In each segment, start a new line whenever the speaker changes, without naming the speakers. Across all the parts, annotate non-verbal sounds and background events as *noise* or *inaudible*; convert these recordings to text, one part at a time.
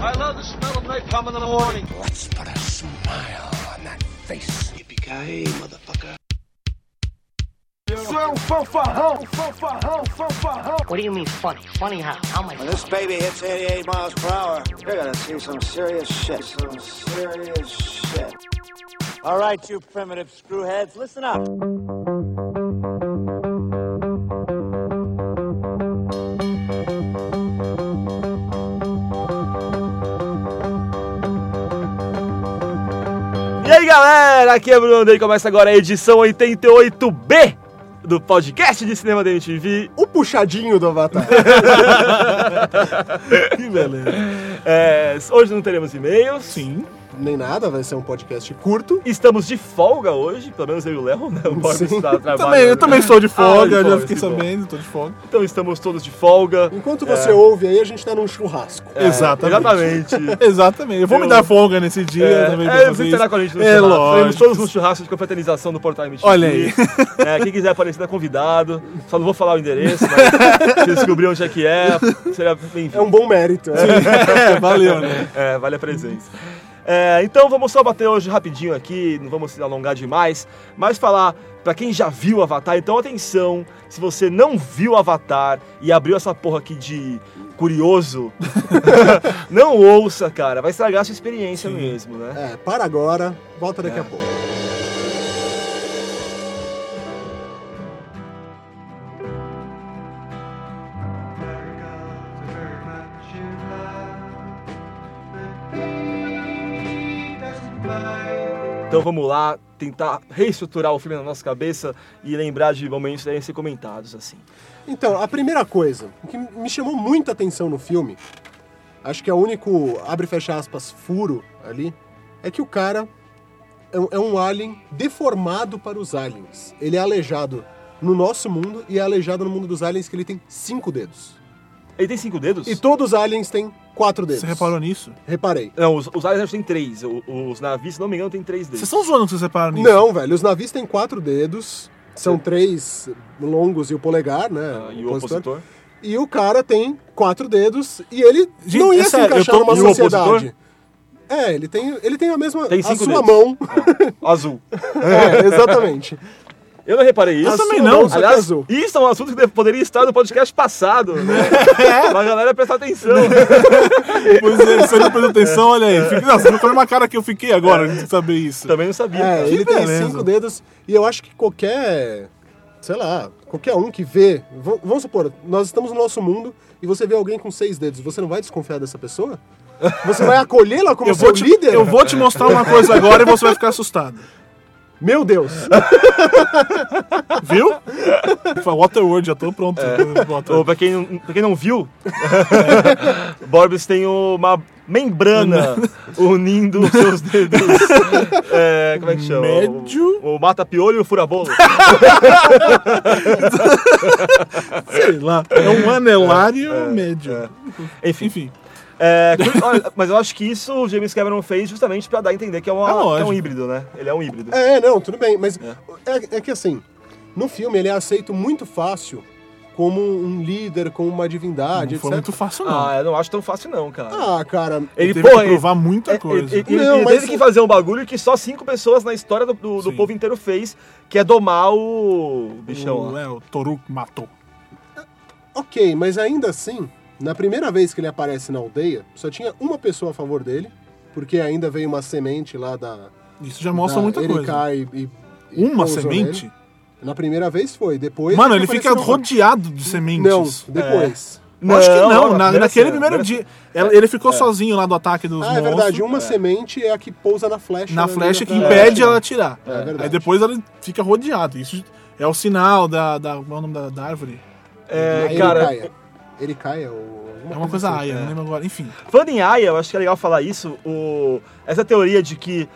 smell of napalm in the morning.
Let's put a smile on that face.
Yippee-ki-yay, motherfucker.
What do you mean funny? Funny how? How am I?
When this baby hits 88 miles per hour, you're gonna see some serious shit. Some serious shit. All right, you primitive screwheads, listen up.
E aí galera, aqui é Bruno e começa agora a edição 88B do podcast de cinema da MTV.
O puxadinho do Avatar. *laughs*
Que beleza! É, hoje não teremos e-mails. Sim.
Nem nada, vai ser um podcast curto.
Estamos de folga hoje, pelo menos eu e o Léo, né? O Boris
Sim.
está trabalhando. né?
Também, eu também estou de folga,
Ah, de
já
folga,
fiquei
que bom.
sabendo, tô de folga.
Então estamos todos de folga.
Enquanto você ouve aí, a gente tá num churrasco.
É, exatamente.
*laughs* *laughs* Exatamente. Eu vou me
Eu-
dar folga nesse dia também. pra
é,
fazer
você estará
isso.
com a gente no
É
churrasco. Teremos
lógico.
todos no churrasco de confraternização do Portal MTV.
Olha aí.
*laughs* É, quem quiser aparecer é convidado. Só não vou falar o endereço,
*laughs*
mas se descobrir onde é que é, será bem-vindo.
É um bom mérito. é.
*laughs*
É, valeu, né?
É, vale a presença. É, então vamos só bater hoje rapidinho aqui, não vamos se alongar demais, mas falar pra quem já viu Avatar, então atenção, se você não viu Avatar e abriu essa porra aqui de curioso, *laughs* não ouça, cara, vai estragar a sua experiência mesmo, né?
É, para agora, volta daqui a pouco.
Então vamos lá tentar reestruturar o filme na nossa cabeça e lembrar de momentos que devem ser comentados assim.
Então, a primeira coisa o que me chamou muita atenção no filme, acho que é o único abre e fecha aspas furo ali, é que o cara é um, é um alien deformado para os aliens. Ele é aleijado no nosso mundo e é aleijado no mundo dos aliens que ele tem cinco dedos.
Ele tem cinco dedos?
E todos os aliens têm quatro dedos.
Você reparou nisso?
Reparei.
Não, os, os aliens acho que tem três, o- os navios, se não me engano, tem três dedos.
Vocês estão zoando que vocês reparam nisso?
Não, velho, os navios têm quatro dedos, são três longos e o polegar, né?
Ah, e o opositor?
E o cara tem quatro dedos e ele
Gente,
não ia
é
se
sério, eu
encaixar
tô-
numa
e o
sociedade.
opositor?
É, ele tem, ele tem a mesma.
Tem
a
cinco
sua
dedos.
*laughs*
mão.
Azul.
é, exatamente.
Eu não reparei isso.
A
também
sua
não,
mão, só que
Aliás,
azul.
isso é um assunto que deve- poderia estar no podcast passado. Né? Pra galera prestar atenção.
*laughs* Pois é, você não prestou atenção, olha aí. Fica- Não, você não foi uma cara que eu fiquei agora de saber isso.
Também não sabia.
*laughs*
É,
cara.
ele
beleza.
tem cinco dedos e eu acho que qualquer. Sei lá, qualquer um que vê. v- Vamos supor, nós estamos no nosso mundo e você vê alguém com seis dedos. Você não vai desconfiar dessa pessoa? Você vai acolhê-la como
*laughs* Eu
seu
vou, te,
líder?
eu vou te mostrar uma coisa agora e você vai ficar assustado.
Meu
*laughs*
Deus!
Viu? Waterworld, já tô pronto.
Ou
Waterworld.
pra, quem, não- pra quem não viu, *laughs* Borbs tem uma membrana unindo os seus dedos. É, como é que chama?
Médio?
O, o mata-piolho e o furabolo.
Sei lá. É um anelário médio.
Enfim.
Enfim.
É, cu- olha, mas eu acho que isso o James Cameron fez justamente pra dar a entender que é, uma-
Ah,
que é um
lógico.
híbrido, né? Ele é um híbrido.
É, não, tudo bem, mas é, é que assim, no filme ele é aceito muito fácil como um líder, como uma divindade,
Não foi
etc.
muito fácil, não.
Ah, eu não acho tão fácil não, cara.
Ah, cara,
ele,
Teve
pô,
que
ele,
provar muita
Ele,
coisa.
ele- ele-
Não,
ele
mas
teve
o-
que fazer um bagulho que só cinco pessoas na história do, do- do
Sim.
povo inteiro fez, que é domar o bichão
O,
lá.
é, o Toru matou.
ok, mas ainda assim, na primeira vez que ele aparece na aldeia, só tinha uma pessoa a favor dele, porque ainda veio uma semente lá da.
Isso já mostra
da
muita coisa.
Ericai E, e né?
Uma
pousou
semente?
nele. Na primeira vez foi, depois.
Mano, ele fica É.
apareceram outras.
rodeado de sementes.
Não, depois.
Eu Acho que
Não, não,
não, na-
primeira
naquele
cena,
primeiro
primeira
dia. Ela- Ele ficou sozinho lá do ataque dos
É. Ah, é
monstros,
verdade, uma semente é a que pousa na flecha.
na
né,
flecha que
pra-
impede ela atirar.
É verdade.
Aí depois ela fica rodeada. Isso é o sinal da. da qual é o nome da, da árvore?
É,
Aí
cara,
ele caia. Ele caia ou alguma assim.
É uma coisa aia, não lembro agora. Enfim.
falando em Aya, eu acho que é legal falar isso, o- essa teoria de que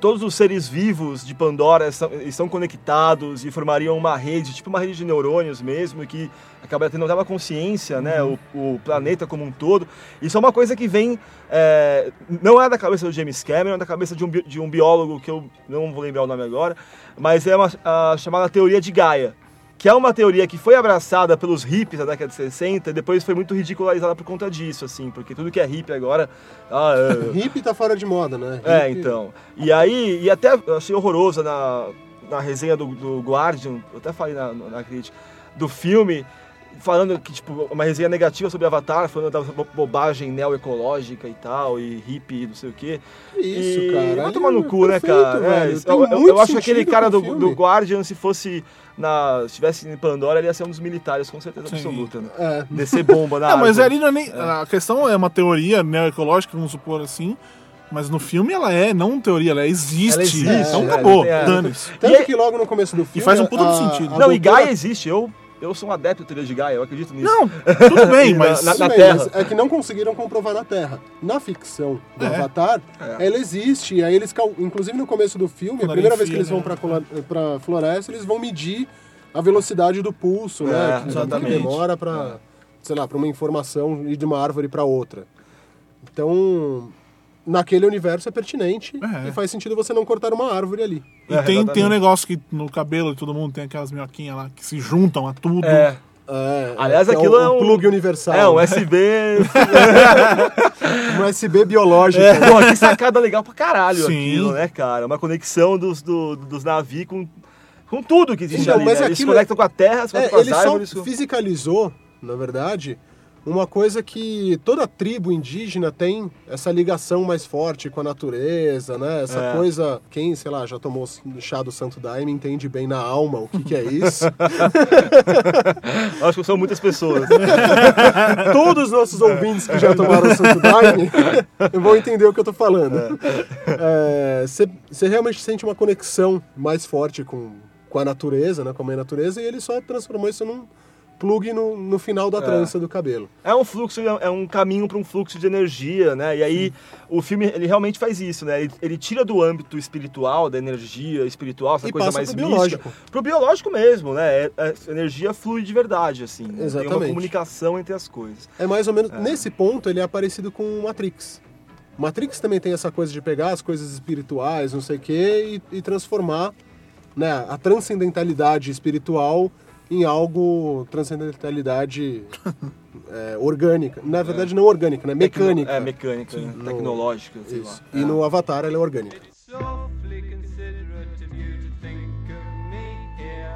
todos os seres vivos de Pandora são, estão conectados e formariam uma rede, tipo uma rede de neurônios mesmo, que acaba tendo até uma consciência, né, o, o planeta como um todo. Isso é uma coisa que vem, é, não é da cabeça do James Cameron, é da cabeça de um, bi- de um biólogo que eu não vou lembrar o nome agora, mas é uma, a chamada teoria de Gaia. que é uma teoria que foi abraçada pelos hippies da década de 60 e depois foi muito ridicularizada por conta disso, assim, porque tudo que é hippie agora. ah, é,
Hippie tá fora de moda, né?
É,
Hippie-
então. E aí, e até eu achei horrorosa na, na resenha do, do Guardian, eu até falei na, na crítica, do filme, falando que, tipo, uma resenha negativa sobre Avatar, falando da bo- bobagem neoecológica e tal, e hippie e não sei o quê.
Isso,
e...
cara,
Vai
ali
tomar no
é
cu, né,
perfeito,
cara?
velho,
É,
tem
eu, eu-
muito
eu acho que
sentido
aquele cara
pro
do,
filme.
do Guardian, se fosse na. Se tivesse em Pandora, ele ia ser um dos militares, com certeza
Sim.
absoluta, né?
É.
Descer bomba na
Não, mas
então,
árvore.
ali não é nem. A questão é uma teoria neoecológica, vamos supor assim. Mas no filme ela é não teoria, ela existe.
Ela existe,
então
é,
acabou,
é.
dane-se.
Tanto
E-
que logo no começo do filme.
faz um puta de
a-
sentido.
a
Não, e
doutora-
Gaia existe. Eu, eu sou um adepto da teoria de Gaia, eu acredito nisso.
Não, tudo
*laughs*
bem,
Na-
mas.
na-
Tudo bem,
Terra.
mas É que não conseguiram comprovar na Terra. Na ficção do
É.
Avatar, ela existe. E aí eles, cal- inclusive no começo do filme,
Quando
a primeira
ela
vez que
enfia,
eles vão
né?
pra, cola- pra floresta, eles vão medir a velocidade do pulso,
É,
né? Que- Que
exatamente. É.
demora pra, sei lá, pra uma informação ir de uma árvore pra outra. Então, naquele universo é pertinente
É.
e faz sentido você não cortar uma árvore ali.
E
É,
tem, tem um
exatamente.
negócio que no cabelo de todo mundo tem aquelas minhoquinhas lá que se juntam a tudo.
É.
É,
Aliás,
que
aquilo
o-
é
o
um
plug universal.
É, um
né?
USB.
um USB biológico.
Pô, que sacada legal pra caralho
Sim.
aquilo, né, cara? Uma conexão dos, do- dos navios com, com tudo que existe
Então,
ali,
mas
né? Eles se
aquilo-
conectam com a terra, se
É,
conectam
ele
com as árvores.
só
com-
fisicalizou, na verdade, uma coisa que toda tribo indígena tem essa ligação mais forte com a natureza, né? Essa
É.
coisa, quem, sei lá, já tomou chá do Santo Daime entende bem na alma o que, que é isso.
Eu Acho que são muitas
*laughs*
pessoas.
Todos os nossos ouvintes que já tomaram o Santo Daime *laughs* vão entender o que eu tô falando. Você realmente sente uma conexão mais forte com, com a natureza, né? Com a mãe natureza, e ele só transformou isso num plug no, no final da trança do cabelo.
É um fluxo, é um caminho para um fluxo de energia, né? E aí o filme ele realmente faz isso, né? Ele, ele tira do âmbito espiritual, da energia espiritual, essa
E
coisa
passa
mais
pro
mística,
biológico.
pro biológico mesmo, né? É- a energia flui de verdade, assim. né? Tem uma
Exatamente.
comunicação entre as coisas.
É mais ou menos. Nesse ponto, ele é parecido com o Matrix. Matrix também tem essa coisa de pegar as coisas espirituais, não sei o quê, e, e transformar né, a transcendentalidade espiritual em algo. transcendentalidade é, orgânica. Na verdade, não orgânica, né?
Tecno-
Mecânica.
É, mecânica, né?
No-
tecnológica, sei
Isso.
lá.
E no Avatar ela é orgânica.
Softly considerate of you to think of me here,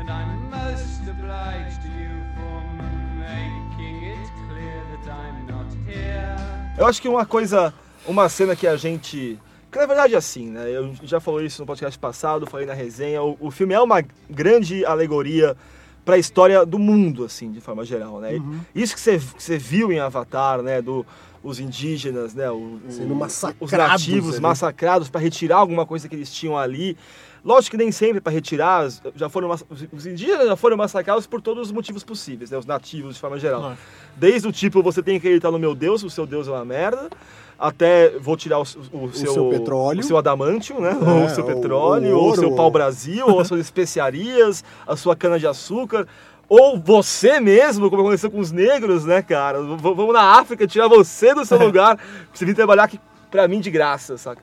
and I'm most obliged to you for making it clear that I'm not here.
Eu acho que uma coisa, uma cena que a gente. Que na verdade é assim, né? Eu já falei isso no podcast passado, falei na resenha. O, o filme é uma grande alegoria para a história do mundo, assim, de forma geral, né? E
Uhum.
Isso que você, que você viu em Avatar, né? Do, os indígenas, né? O, o-
Sendo massacrados
os nativos
ali.
massacrados para retirar alguma coisa que eles tinham ali. Lógico que nem sempre para retirar, as- já foram massa- os- os indígenas já foram massacrados por todos os motivos possíveis, né? Os nativos de forma geral.
Lógico.
Desde o tipo, você tem que acreditar no meu Deus, o seu Deus é uma merda, até vou tirar o, s- o seu,
seu petróleo.
o seu adamantio, né?
É,
ou o seu
o-
petróleo,
o
ou o
ouro.
seu pau-brasil, ou as suas especiarias, a sua cana-de-açúcar. Ou você mesmo, como aconteceu com os negros, né, cara? V- v- vamos na África tirar você do
*laughs*
seu lugar, você vir trabalhar aqui pra mim de graça, saca?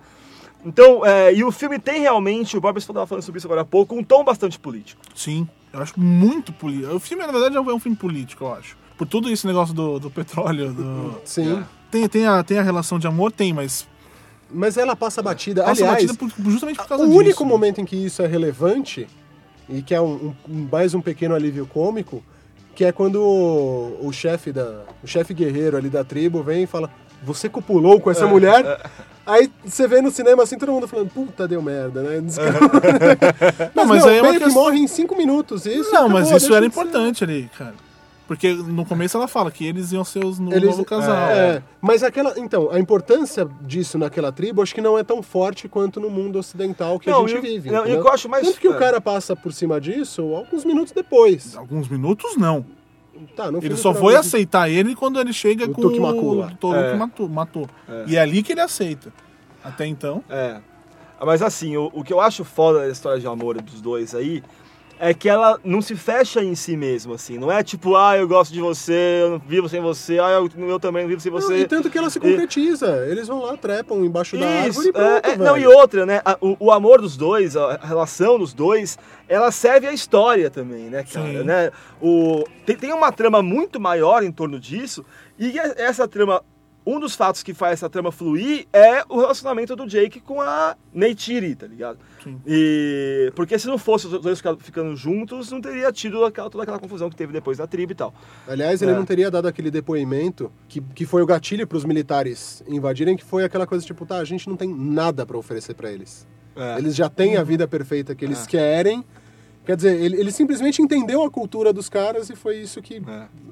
Então, é, e o filme tem realmente, o Bob estava falando sobre isso agora há pouco, um tom bastante político.
Sim, eu acho muito político. O filme, na verdade, é um é um filme político, eu acho. Por tudo esse negócio do, do petróleo, do...
*laughs* Sim.
Tem, tem, a, tem a relação de amor? Tem, mas
Mas ela passa batida.
passa
Aliás,
batida por- justamente por causa
o
disso. né?
único momento em que isso é relevante e que é um, um- mais um pequeno alívio cômico, que é quando o, o chefe da o chefe guerreiro ali da tribo vem e fala: "Você copulou com
É,
essa mulher?" Aí você vê no cinema assim todo mundo falando: "Puta, deu merda, né?"
*laughs* Não, mas aí é uma
meio que
questão-
morre em cinco minutos isso.
Não, mas
acabou,
isso
deixa
era
de ser.
importante ali, cara. Porque no começo ela fala que eles iam ser os
um
no,
Eles-
novo casal.
É, mas aquela, então, a importância disso naquela tribo acho que não é tão forte quanto no mundo ocidental que
Não,
a gente
e o-
vive.
não, e o
entendeu?
que eu acho mais-
Tanto que o
é.
cara passa por cima disso alguns minutos depois.
Alguns minutos, não.
Tá, não
Ele
foi
só foi
literalmente-
aceitar ele quando ele chega
O
com
Tuque Macula.
o Toru que matou. matou. E é ali que ele aceita. Até então.
É. Ah, Mas assim, o, o que eu acho foda da história de amor dos dois aí é que ela não se fecha em si mesma, assim. Não é tipo, ah, eu gosto de você, eu não vivo sem você, ah, eu, eu também não vivo sem
Não,
você.
e tanto que ela se concretiza. Eles vão lá, trepam embaixo Tipo, da árvore e
Isso, é,
pronto,
é, não, e
velho.
outra, né? a- o, o amor dos dois, a a relação dos dois, ela serve à história também, né, cara?
Sim.
Né? O, tem, tem uma trama muito maior em torno disso, e e- essa trama. Um dos fatos que faz essa trama fluir é o relacionamento do Jake com a Neytiri, tá ligado? E porque se não fosse os dois fica- ficando juntos, não teria tido aquela- toda aquela confusão que teve depois na tribo e tal.
Aliás, ele
É.
não teria dado aquele depoimento que, que foi o gatilho para os militares invadirem, que foi aquela coisa tipo, tá, a gente não tem nada para oferecer para eles.
É.
Eles já têm a vida perfeita que eles querem. Quer dizer, ele, ele simplesmente entendeu a cultura dos caras e foi isso que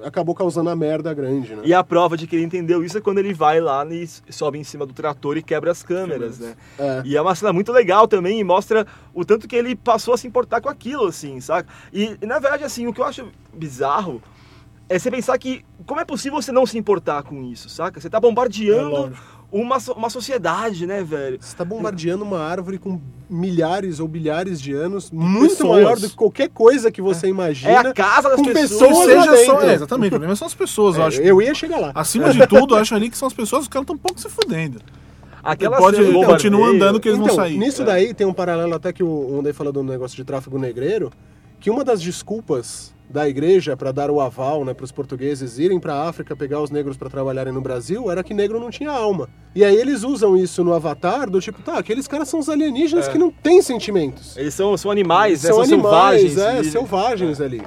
acabou causando a merda grande, né?
E a prova de que ele entendeu isso é quando ele vai lá e s- sobe em cima do trator e quebra as câmeras, né?
É.
E é uma cena muito legal também e mostra o tanto que ele passou a se importar com aquilo, assim, saca? E, e, na verdade, assim, o que eu acho bizarro é você pensar que como é possível você não se importar com isso, saca? Você tá
É
bombardeando
lógico.
uma, so- uma sociedade, né, velho?
Você tá bombardeando uma árvore com milhares ou bilhares de anos, muito
pessoas.
maior do que qualquer coisa que você imagina.
É a casa das
com
pessoas. né,
pessoas lá
seja só.
dentro.
É, exatamente, o problema são as pessoas, eu
É,
acho.
eu ia chegar lá.
Acima de tudo, eu acho ali que são as pessoas, os caras estão um pouco se fudendo.
Aquela
pode-
cena do
então, continua
bombardeio-
andando que- eles vão
então,
sair.
Nisso
É.
daí tem um paralelo até que o André falou do negócio de tráfego negreiro, que uma das desculpas da igreja para dar o aval né, para os portugueses irem para a África pegar os negros para trabalharem no Brasil era que negro não tinha alma. E aí eles usam isso no Avatar do tipo, tá, aqueles caras são os alienígenas
É.
que não têm sentimentos.
Eles são, são animais, né?
são animais,
selvagens.
é,
e-
selvagens ali.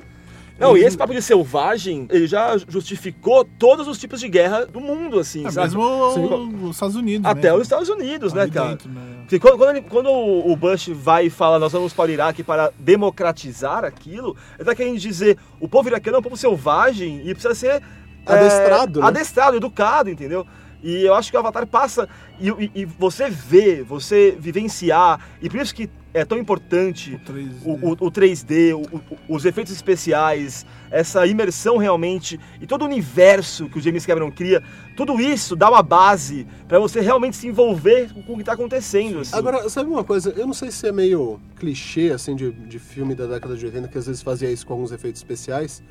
Não, e esse papo de selvagem, ele já justificou todos os tipos de guerra do mundo, assim,
É
sabe?
mesmo o- os Estados Unidos.
Até
né?
os Estados Unidos,
Ali
né, cara?
dentro, né?
Porque quando, quando ele- quando o o Bush vai e fala nós vamos para o Iraque para democratizar aquilo, ele tá querendo dizer o povo iraquiano é um povo selvagem e precisa ser... é,
Adestrado, né?
Adestrado, educado, entendeu? E eu acho que o Avatar passa... E, e- e você vê, você vivenciar, e por isso que é tão importante
O 3D.
o, o- o 3D, o- o- os efeitos especiais, essa imersão realmente e todo o universo que o James Cameron cria, tudo isso dá uma base pra você realmente se envolver com o que tá acontecendo. assim.
Agora, sabe uma coisa? Eu não sei se é meio clichê, assim, de, de filme da década de 80, que às vezes fazia isso com alguns efeitos especiais,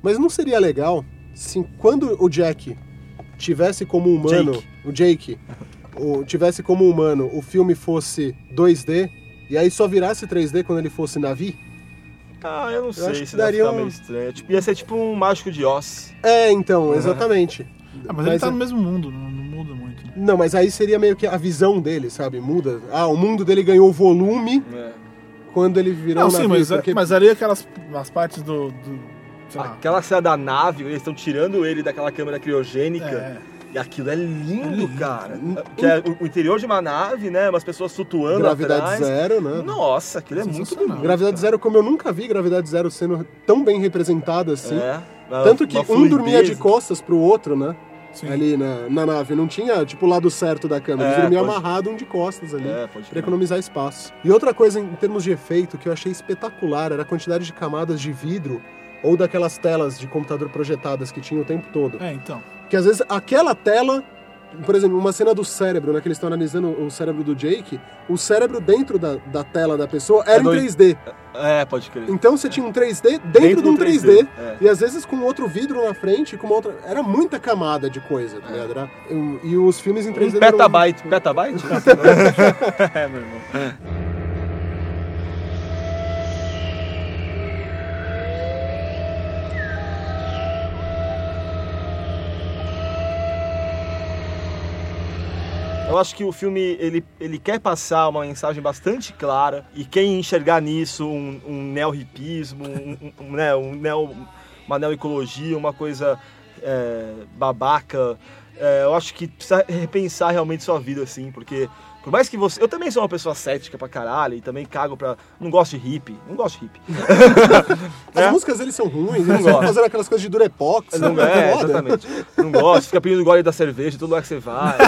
mas não seria legal se quando o Jack tivesse como humano...
Jake.
O Jake. o- tivesse como humano, o filme fosse 2D, e aí só virasse 3D quando ele fosse navio?
ah, eu não sei,
acho que
isso daria
daria
ficar
um-
meio estranho. Tipo, ia ser tipo um mágico de Oz.
É, então, exatamente.
Uhum. Ah, mas ele tá
é-
no mesmo mundo, não, não muda muito. né?
Não, mas aí seria meio que a visão dele, sabe? Muda. Ah, o mundo dele ganhou volume quando ele virou
É. Não,
um
sim,
navio.
mas, é-
porque-
mas ali aquelas as partes do. do sei lá,
Aquela cena da nave, eles estão tirando ele daquela câmera criogênica.
É.
E aquilo é lindo, cara.
Hum,
Que é o- o interior de uma nave, né? Umas pessoas flutuando
Gravidade
atrás.
zero, né?
Nossa, aquilo é muito
Sensacional.
bonito.
Gravidade
cara.
Zero, como eu nunca vi Gravidade Zero sendo tão bem representada assim.
É, uma-
Tanto que
uma
um dormia de
fluidez.
costas pro outro, né?
Sim.
Ali na, na nave. Não tinha, tipo, o lado certo da câmera. Eles
É,
dormiam
pode-
amarrado um de costas ali.
É,
pra
pode crer.
economizar espaço. E outra coisa em termos de efeito que eu achei espetacular era a quantidade de camadas de vidro ou daquelas telas de computador projetadas que tinha o tempo todo.
É, então. *laughs*
Que às vezes aquela tela, por exemplo, uma cena do cérebro, né? Que eles estão analisando o cérebro do Jake, o cérebro dentro da, da tela da pessoa era
É
em
dois-
3D.
É, pode crer.
Então você tinha um 3D dentro, de um 3D.
é.
E às vezes com outro vidro na frente, com uma outra. Era muita camada de coisa, tá ligado? Era- E, e os filmes em 3D.
Um
eram-
petabyte. Petabyte? é, meu irmão. Eu acho que o filme ele, ele quer passar uma mensagem bastante clara e quem enxergar nisso um, um neo-hipismo, um, um, um, né, um neo, uma neoecologia, uma coisa é, babaca, é, eu acho que precisa repensar realmente sua vida assim, porque por mais que você. Eu também sou uma pessoa cética pra caralho e também cago pra. Não gosto de hippie, não gosto de hippie.
As
né?
músicas eles são
*laughs*
ruins,
Não
eles ficam
gosto.
fazendo aquelas coisas de durepox.
Não,
né?
é,
Moda.
exatamente. Não gosto, fica pedindo gole da cerveja em todo lugar que você vai.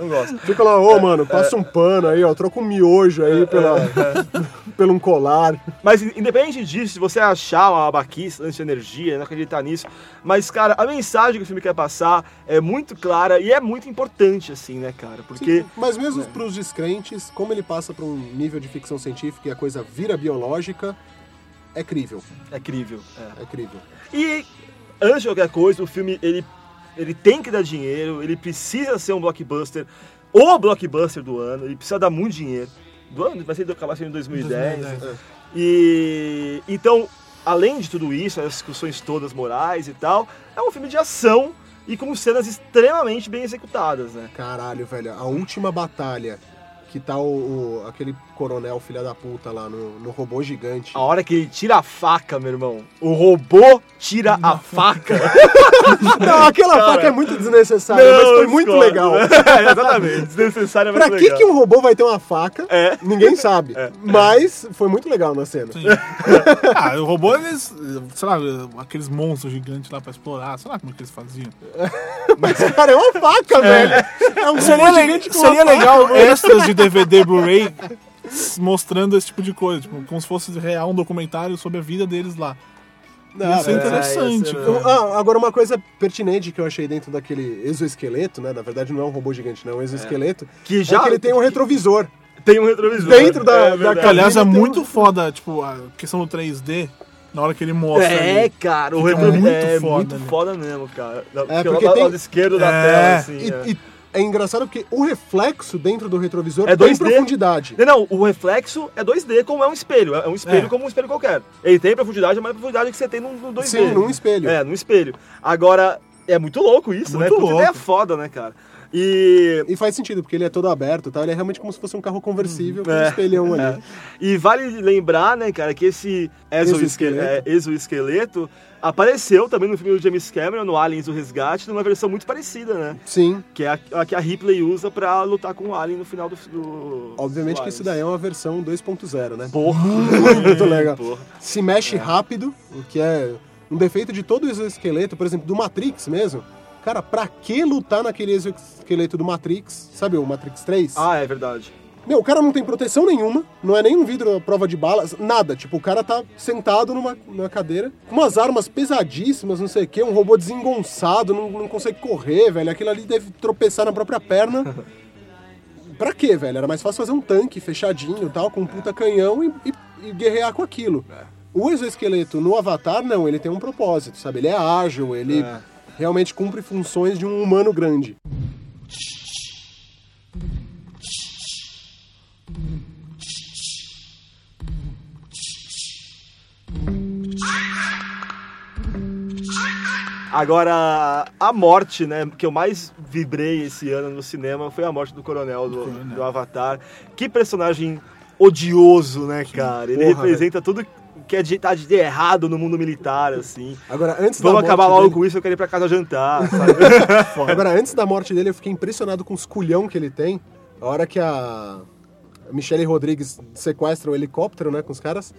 não gosto. É,
Fica lá, ô mano, passa um pano aí, ó, troca um miojo aí pela. *laughs* pelo um colar.
Mas independente disso, se você achar uma abaquista, lance de energia, não acreditar nisso, mas, cara, a mensagem que o filme quer passar é muito clara e é muito importante, assim, né, cara? Porque. né?
Sim, mas mesmo para os descrentes, como ele passa para um nível de ficção científica e a coisa vira biológica, é crível.
É crível. É.
É crível.
E antes de qualquer coisa, o filme ele, ele tem que dar dinheiro, ele precisa ser um blockbuster, o blockbuster do ano, ele precisa dar muito dinheiro. Do ano, vai ser do acabar sendo em 2010.
2010,
é. E então, além de tudo isso, as discussões todas morais e tal, é um filme de ação e com cenas extremamente bem executadas, né?
Caralho, velho, a última batalha que tá o, o- aquele coronel filha da puta lá no, no robô gigante.
A hora que ele tira a faca, meu irmão, o robô tira a faca.
Não, aquela
Ah, Cara.
faca é muito desnecessária, mas foi muito
discordo.
legal.
*laughs* É, exatamente. Desnecessário, mas
*laughs* Pra que,
legal.
que um robô vai ter uma faca?
É.
Ninguém sabe. Mas foi muito legal na cena.
Ah, o robô, eles, sei lá, aqueles monstros gigantes lá pra explorar, sei lá como é que eles faziam.
Mas, cara, é uma faca, velho. É um
Seria,
robô
le-
gigante com
seria
uma faca.
legal extras de DVD Blu-ray s- mostrando esse tipo de coisa, tipo, como se fosse real um documentário sobre a vida deles lá.
Não,
Isso é
é.
interessante.
ia ser
cara.
Ah, agora uma coisa pertinente que eu achei dentro daquele exoesqueleto, né? Na verdade não é um robô gigante, não, é um exoesqueleto.
Que
é
já-
que ele tem um retrovisor.
Tem um retrovisor.
Dentro da- da
verdade.
Que, aliás, é
Tem um-
muito foda, tipo, a questão do 3D, na hora que ele mostra.
É,
ali.
cara, o
Fica
retorno
muito
é
foda,
muito
né?
foda mesmo, cara. Da,
É,
porque
porque
lá do
tem-
lado esquerdo da
É.
tela, assim.
E-
é.
e é engraçado porque o reflexo dentro do retrovisor
É
tem
2D.
profundidade.
Não, não, o reflexo é 2D, como é um espelho. É um espelho
É.
como um espelho qualquer. Ele tem profundidade, mas a profundidade que você tem no, no 2D.
Sim, num espelho.
É, num espelho. Agora, é muito louco isso, né?
É muito
Puta
louco.
ideia foda, né, cara? E
E faz sentido, porque ele é todo aberto, tá? Ele é realmente como se fosse um carro conversível com
É.
um espelhão ali.
É. E vale lembrar, né, cara, que esse exoesqueleto,
Exoesqueleto.
é, exoesqueleto apareceu também no filme do James Cameron, no Aliens o Resgate, numa versão muito parecida, né?
Sim,
Que é a, a que a Ripley usa pra lutar com o Alien no final do. do
obviamente
do
que isso
Aliens.
daí é uma versão 2.0, né?
*laughs* Porra!
Muito legal.
porra.
Se mexe rápido, o que é um defeito de todo exoesqueleto, por exemplo, do Matrix mesmo. Cara, pra que lutar naquele exoesqueleto do Matrix? Sabe o Matrix 3?
Ah, é verdade.
Meu, o cara não tem proteção nenhuma, não é nenhum vidro à prova de balas, nada. Tipo, o cara tá sentado numa, numa cadeira, com umas armas pesadíssimas, não sei o quê, um robô desengonçado, não, não consegue correr, velho. Aquilo ali deve tropeçar na própria perna. *laughs* Pra quê, velho? Era mais fácil fazer um tanque fechadinho tal, com um puta canhão e, e- e guerrear com aquilo. O exoesqueleto no Avatar, não, ele tem um propósito, sabe? Ele é ágil, ele realmente cumpre funções de um humano grande.
Agora, a morte, né, que eu mais vibrei esse ano no cinema foi a morte do coronel do,
né?
do Avatar. Que personagem odioso, né, cara? Ele
porra,
representa tudo que é de, tá de errado no mundo militar, assim.
Agora, antes da
Vamos
morte
acabar logo
dele-
com isso, eu quero ir pra casa jantar,
*laughs*
sabe?
Agora, antes da morte dele, eu fiquei impressionado com os culhão que ele tem. A hora que a Michelle Rodrigues sequestra o helicóptero, né, com os caras.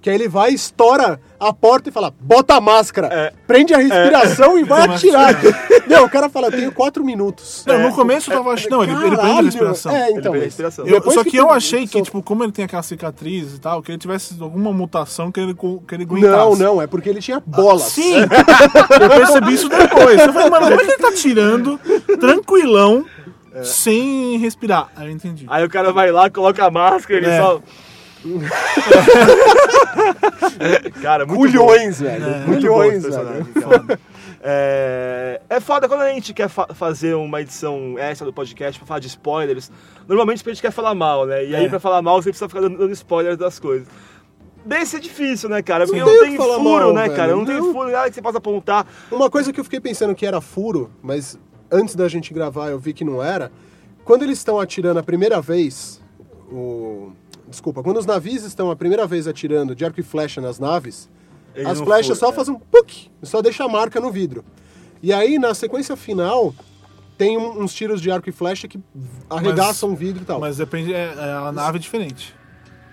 Que aí ele vai, estoura a porta e fala, bota a máscara,
É.
prende a respiração e vai atirar. *laughs* Não, o cara fala, tenho quatro minutos. É.
Não, no começo eu tava achando. Não, ele, ele prende a
Caralho,
respiração.
É, então.
perde a
mas-
respiração.
Eu-
depois
só que, eu
tem- um
achei que, tipo, como ele tem aquela cicatriz e tal, que ele tivesse alguma mutação que ele, co- que ele
Não,
aguentasse.
não, é porque ele tinha bolas.
Sim!
É.
eu percebi isso depois. Eu falei, mano, como é que ele tá tirando, tranquilão,
É.
sem respirar? Aí eu entendi.
Aí o cara vai lá, coloca a máscara, ele
É.
*laughs*
só. cara, muito
Culhões, velho.
bom. Muito bom esse
Culhões, velho.
personagem, cara. É... é foda quando a gente quer fa- fazer uma edição extra do podcast pra falar de spoilers. Normalmente porque a gente quer falar mal, né? E aí
É.
pra falar mal você precisa ficar dando, dando spoilers das coisas. Desse é difícil, né, cara? Porque
Não
não,
tem o
tem
que falar
furo,
mal,
né,
velho.
cara? Não, tem
Não.
furo, nada que você possa apontar.
Uma coisa que eu fiquei pensando que era furo, mas antes da gente gravar eu vi que não era. Quando eles estão atirando a primeira vez, o... desculpa, quando os navios estão a primeira vez atirando de arco e flecha nas naves,
Eles
as
não é.
flechas
furam,
só fazem um puk, só deixa a marca no vidro. E aí na sequência final tem um- uns tiros de arco e flecha que arregaçam o vidro e tal.
Mas depende, é, é a nave é diferente.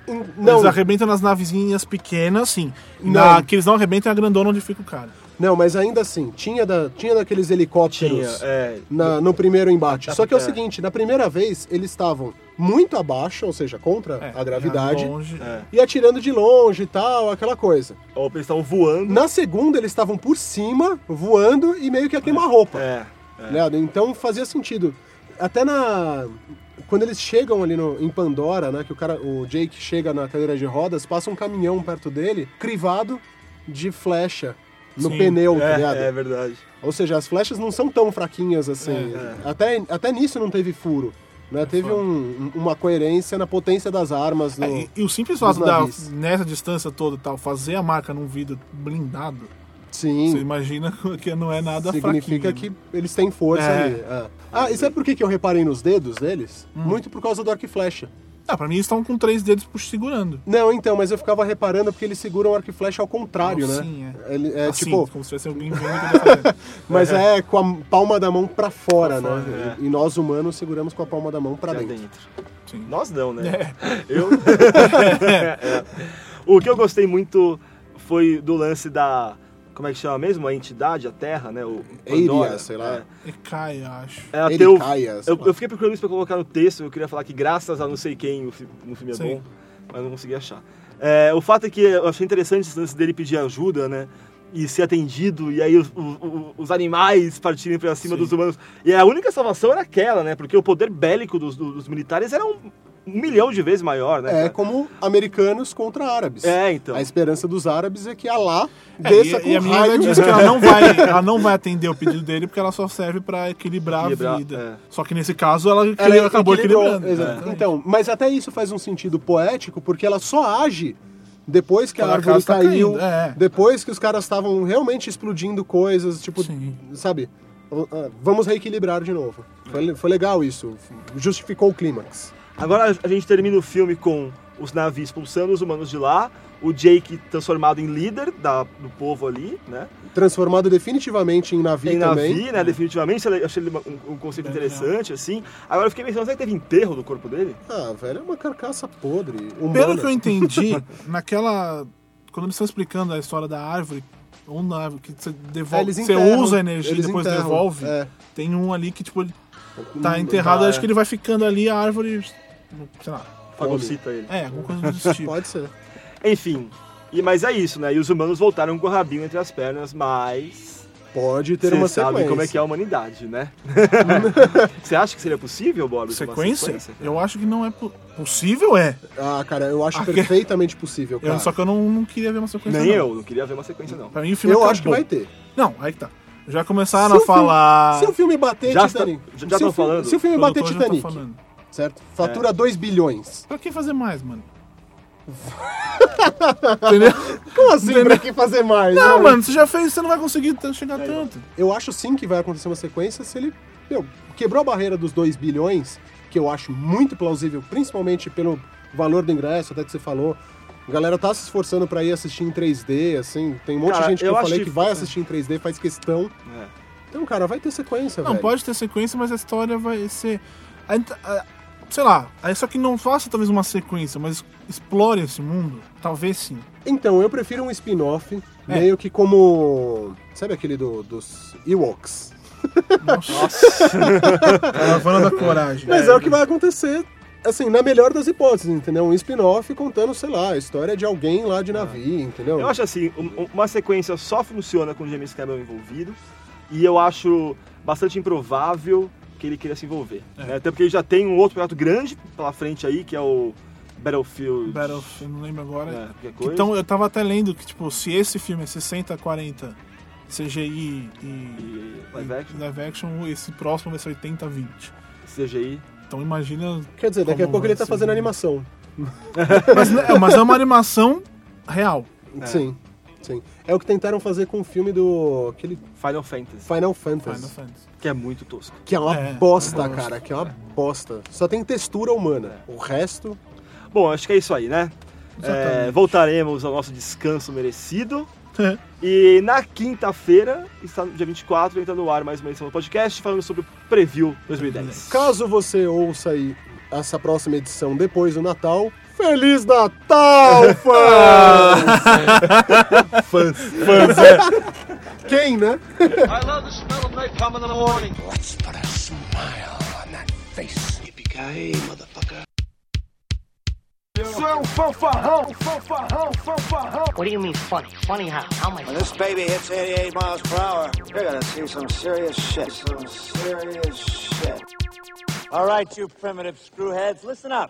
Em-
Eles
não,
arrebentam nas navezinhas pequenas, assim. E
Não.
Na, que eles não arrebentam é a grandona onde fica o cara.
não, mas ainda assim tinha da, tinha daqueles helicópteros.
Tinha, é.
na- no primeiro embate. Só que é o
é.
seguinte, na primeira vez eles estavam muito abaixo, ou seja, contra
É,
a gravidade,
já longe, é.
e atirando de longe e tal, aquela coisa.
Ou eles estavam voando.
Na segunda, eles estavam por cima, voando e meio que a queima-roupa.
É.
ligado? Então fazia sentido. Até na. Quando eles chegam ali no, em Pandora, né? Que o cara, o Jake chega na cadeira de rodas, passa um caminhão perto dele, crivado de flecha no
Sim,
pneu, tá ligado?
É, é verdade.
Ou seja, as flechas não são tão fraquinhas assim. Até, até nisso não teve furo. Né? Teve um- um- uma coerência na potência das armas. No...
É, e, e o simples
dos
fato da,
navios.
nessa distância toda e tal, fazer a marca num vidro blindado, você
Sim.
imagina *laughs* que não é nada
Significa
fraquinho.
que eles têm força
É.
ali. é. Ah, e sabe por que que eu reparei nos dedos deles? Muito por causa do arco e flecha.
Ah, pra mim eles estavam com três dedos puxa, segurando.
Não, então, mas eu ficava reparando porque eles seguram o arco e flecha ao contrário, né?
Sim, é.
Ele- é,
Assim, *laughs*
tipo,
como se tivesse alguém vendo o que eu tô
*laughs*
fazendo.
mas é. com a palma da mão pra fora,
Pra
né?
fora,
E nós humanos seguramos com a palma da mão pra
Pra
dentro.
dentro.
Sim.
Nós não, né? *laughs* Eu. É. O que eu gostei muito foi do lance da. Como é que chama mesmo? A entidade, a Terra, né? O Pandora.
Eiria, sei lá.
É.
E cai, eu acho.
É, até eu,
Ericaias, sei
eu,
lá.
eu fiquei procurando isso pra colocar no texto, eu queria falar que graças a não sei quem o fi- no filme é
Sim.
bom, mas não consegui achar. É, o fato é que eu achei interessante esse lance dele pedir ajuda, né? E ser atendido, e aí os, o- o- os animais partirem pra cima
Sim.
dos humanos. E a única salvação era aquela, né? Porque o poder bélico dos, do- dos militares era um, um milhão de vezes maior, né?
É
cara?
como americanos contra árabes.
É, então.
A esperança dos árabes é que Alá
É,
desça
e,
com
e a
um
menina
raio.
diz que ela não, vai, ela não vai atender o pedido dele porque ela só serve pra equilibrar,
Equilibrar,
a vida.
é.
Só que nesse caso ela,
Ela é
equili- acabou
equilibrou,
equilibrando.
exato.
É.
Então, mas até isso faz um sentido poético, porque ela só age depois que a
Quando a
árvore
casa tá
caiu,
caindo, é.
depois que os caras estavam realmente explodindo coisas, tipo,
Sim.
sabe? o- ah, Vamos reequilibrar de novo. Foi, le- foi legal isso. Justificou o clímax.
Agora a gente termina o filme com os navios expulsando os humanos de lá, o Jake transformado em líder da- do povo ali, né?
Transformado definitivamente em navio
Tem
também. É.
Navi, né? Definitivamente, eu achei ele uma- um, um conceito interessante, assim. Agora eu fiquei pensando, será que teve enterro do corpo dele?
Ah, velho, é uma carcaça podre. Humana.
Pelo que eu
*laughs*
entendi, naquela. Quando eles estão explicando a história da árvore, ou na árvore que você
É,
devolve.
eles
você
enterram,
usa a energia e
eles
depois
enterram,
devolve.
é.
Tem um ali que, tipo, ele tá enterrado,
dá,
acho
é.
que ele vai ficando ali, a árvore. Sei lá.
Fagocita ele.
É, alguma coisa desse tipo.
Pode ser.
Enfim, e, mas é isso, né? E os humanos voltaram com o rabinho entre as pernas, mas...
Pode ter
Você
uma
sabe
sequência.
como é que é a humanidade,
*laughs*
né? Você acha que seria possível, Bob?
Sequência? Eu acho que não é po- possível, é.
Ah, cara, eu acho
Ah, que-
perfeitamente possível,
Eu-
cara.
só que eu não, não queria ver uma sequência.
Nem
não.
eu, não queria ver uma sequência, não.
Pra mim o filme
Eu
acabou.
acho que vai ter.
Não, aí que tá. Já
Se
começaram
o
a
filme-
falar.
Se o filme bater
Ah, Já
Titanic.
está- já estão
se o fi-
falando. É.
Se o filme
O
bater
produtor já tá
Titanic,
falando.
certo? Fatura 2 bilhões.
Pra que fazer mais, mano? Entendeu?
*laughs* Como assim? Pra que fazer mais?
Não,
né?
mano, você já fez, você não vai conseguir t- chegar
É,
tanto.
Eu acho sim que vai acontecer uma sequência se ele meu, quebrou a barreira dos 2 bilhões, que eu acho muito plausível, principalmente pelo valor do ingresso, até que você falou. A galera tá se esforçando pra ir assistir em 3D, assim. Tem um monte
Cara,
de gente que
eu
eu,
acho É.
falei
que-
que
é.
vai assistir em 3D, faz questão. Então, cara, vai ter sequência,
Não,
velho.
pode ter sequência, mas a história vai ser. a ent- a- Sei lá, aí só que não faça talvez uma sequência, mas explore esse mundo. Talvez sim.
Então, eu prefiro um spin-off,
É.
meio que como... Sabe aquele do- dos Ewoks?
*laughs* Caravana da coragem.
Mas é o que vai acontecer, assim, na melhor das hipóteses, entendeu? Um spin-off contando, sei lá, a história de alguém lá
É.
de navio, entendeu?
Eu acho assim, um- um- uma sequência só funciona com o James Cameron envolvido e eu acho bastante improvável que ele queira se envolver. né? Até porque ele já tem um outro projeto grande pela frente aí, que é o Battlefield.
Battlefield, não lembro agora.
É,
né, qualquer coisa.
Então, eu tava até lendo que, tipo, se esse filme é 60, 40 CGI e,
E live action,
live action, esse próximo vai ser 80, 20.
CGI.
Então, imagina.
Quer dizer, daqui a
Como
pouco
assim, né?
ele
vai
tá
ser?
fazendo animação.
Mas, *laughs* é, mas é uma animação real.
Sim, sim. É o que tentaram fazer com o filme do... aquele
Final Fantasy,
Final Fantasy.
Final Fantasy.
*laughs* que é muito tosco.
Que é uma
É,
bosta,
é uma bosta.
cara, que é uma bosta. Só tem textura humana.
É.
O resto...
Bom, acho que é isso aí, né?
Exatamente.
É, voltaremos ao nosso descanso merecido. E na quinta-feira, está no dia 24, entra no ar mais uma edição do podcast falando sobre o Preview 2010.
Caso você ouça aí essa próxima edição depois do Natal, Feliz Natal, fãs!
Fãs, é.
Quem, né?
I love the smell of napalm in the morning.
Let's put a smile on that face.
Yippee-ki-yay, motherfucker.
fanfarrão, fanfarrão, fanfarrão, fanfarrão.
What do you mean funny? Funny how? How am I
When this baby hits 88 miles per hour, you're gonna see some serious shit. Some serious shit. All right, you primitive screwheads, listen up.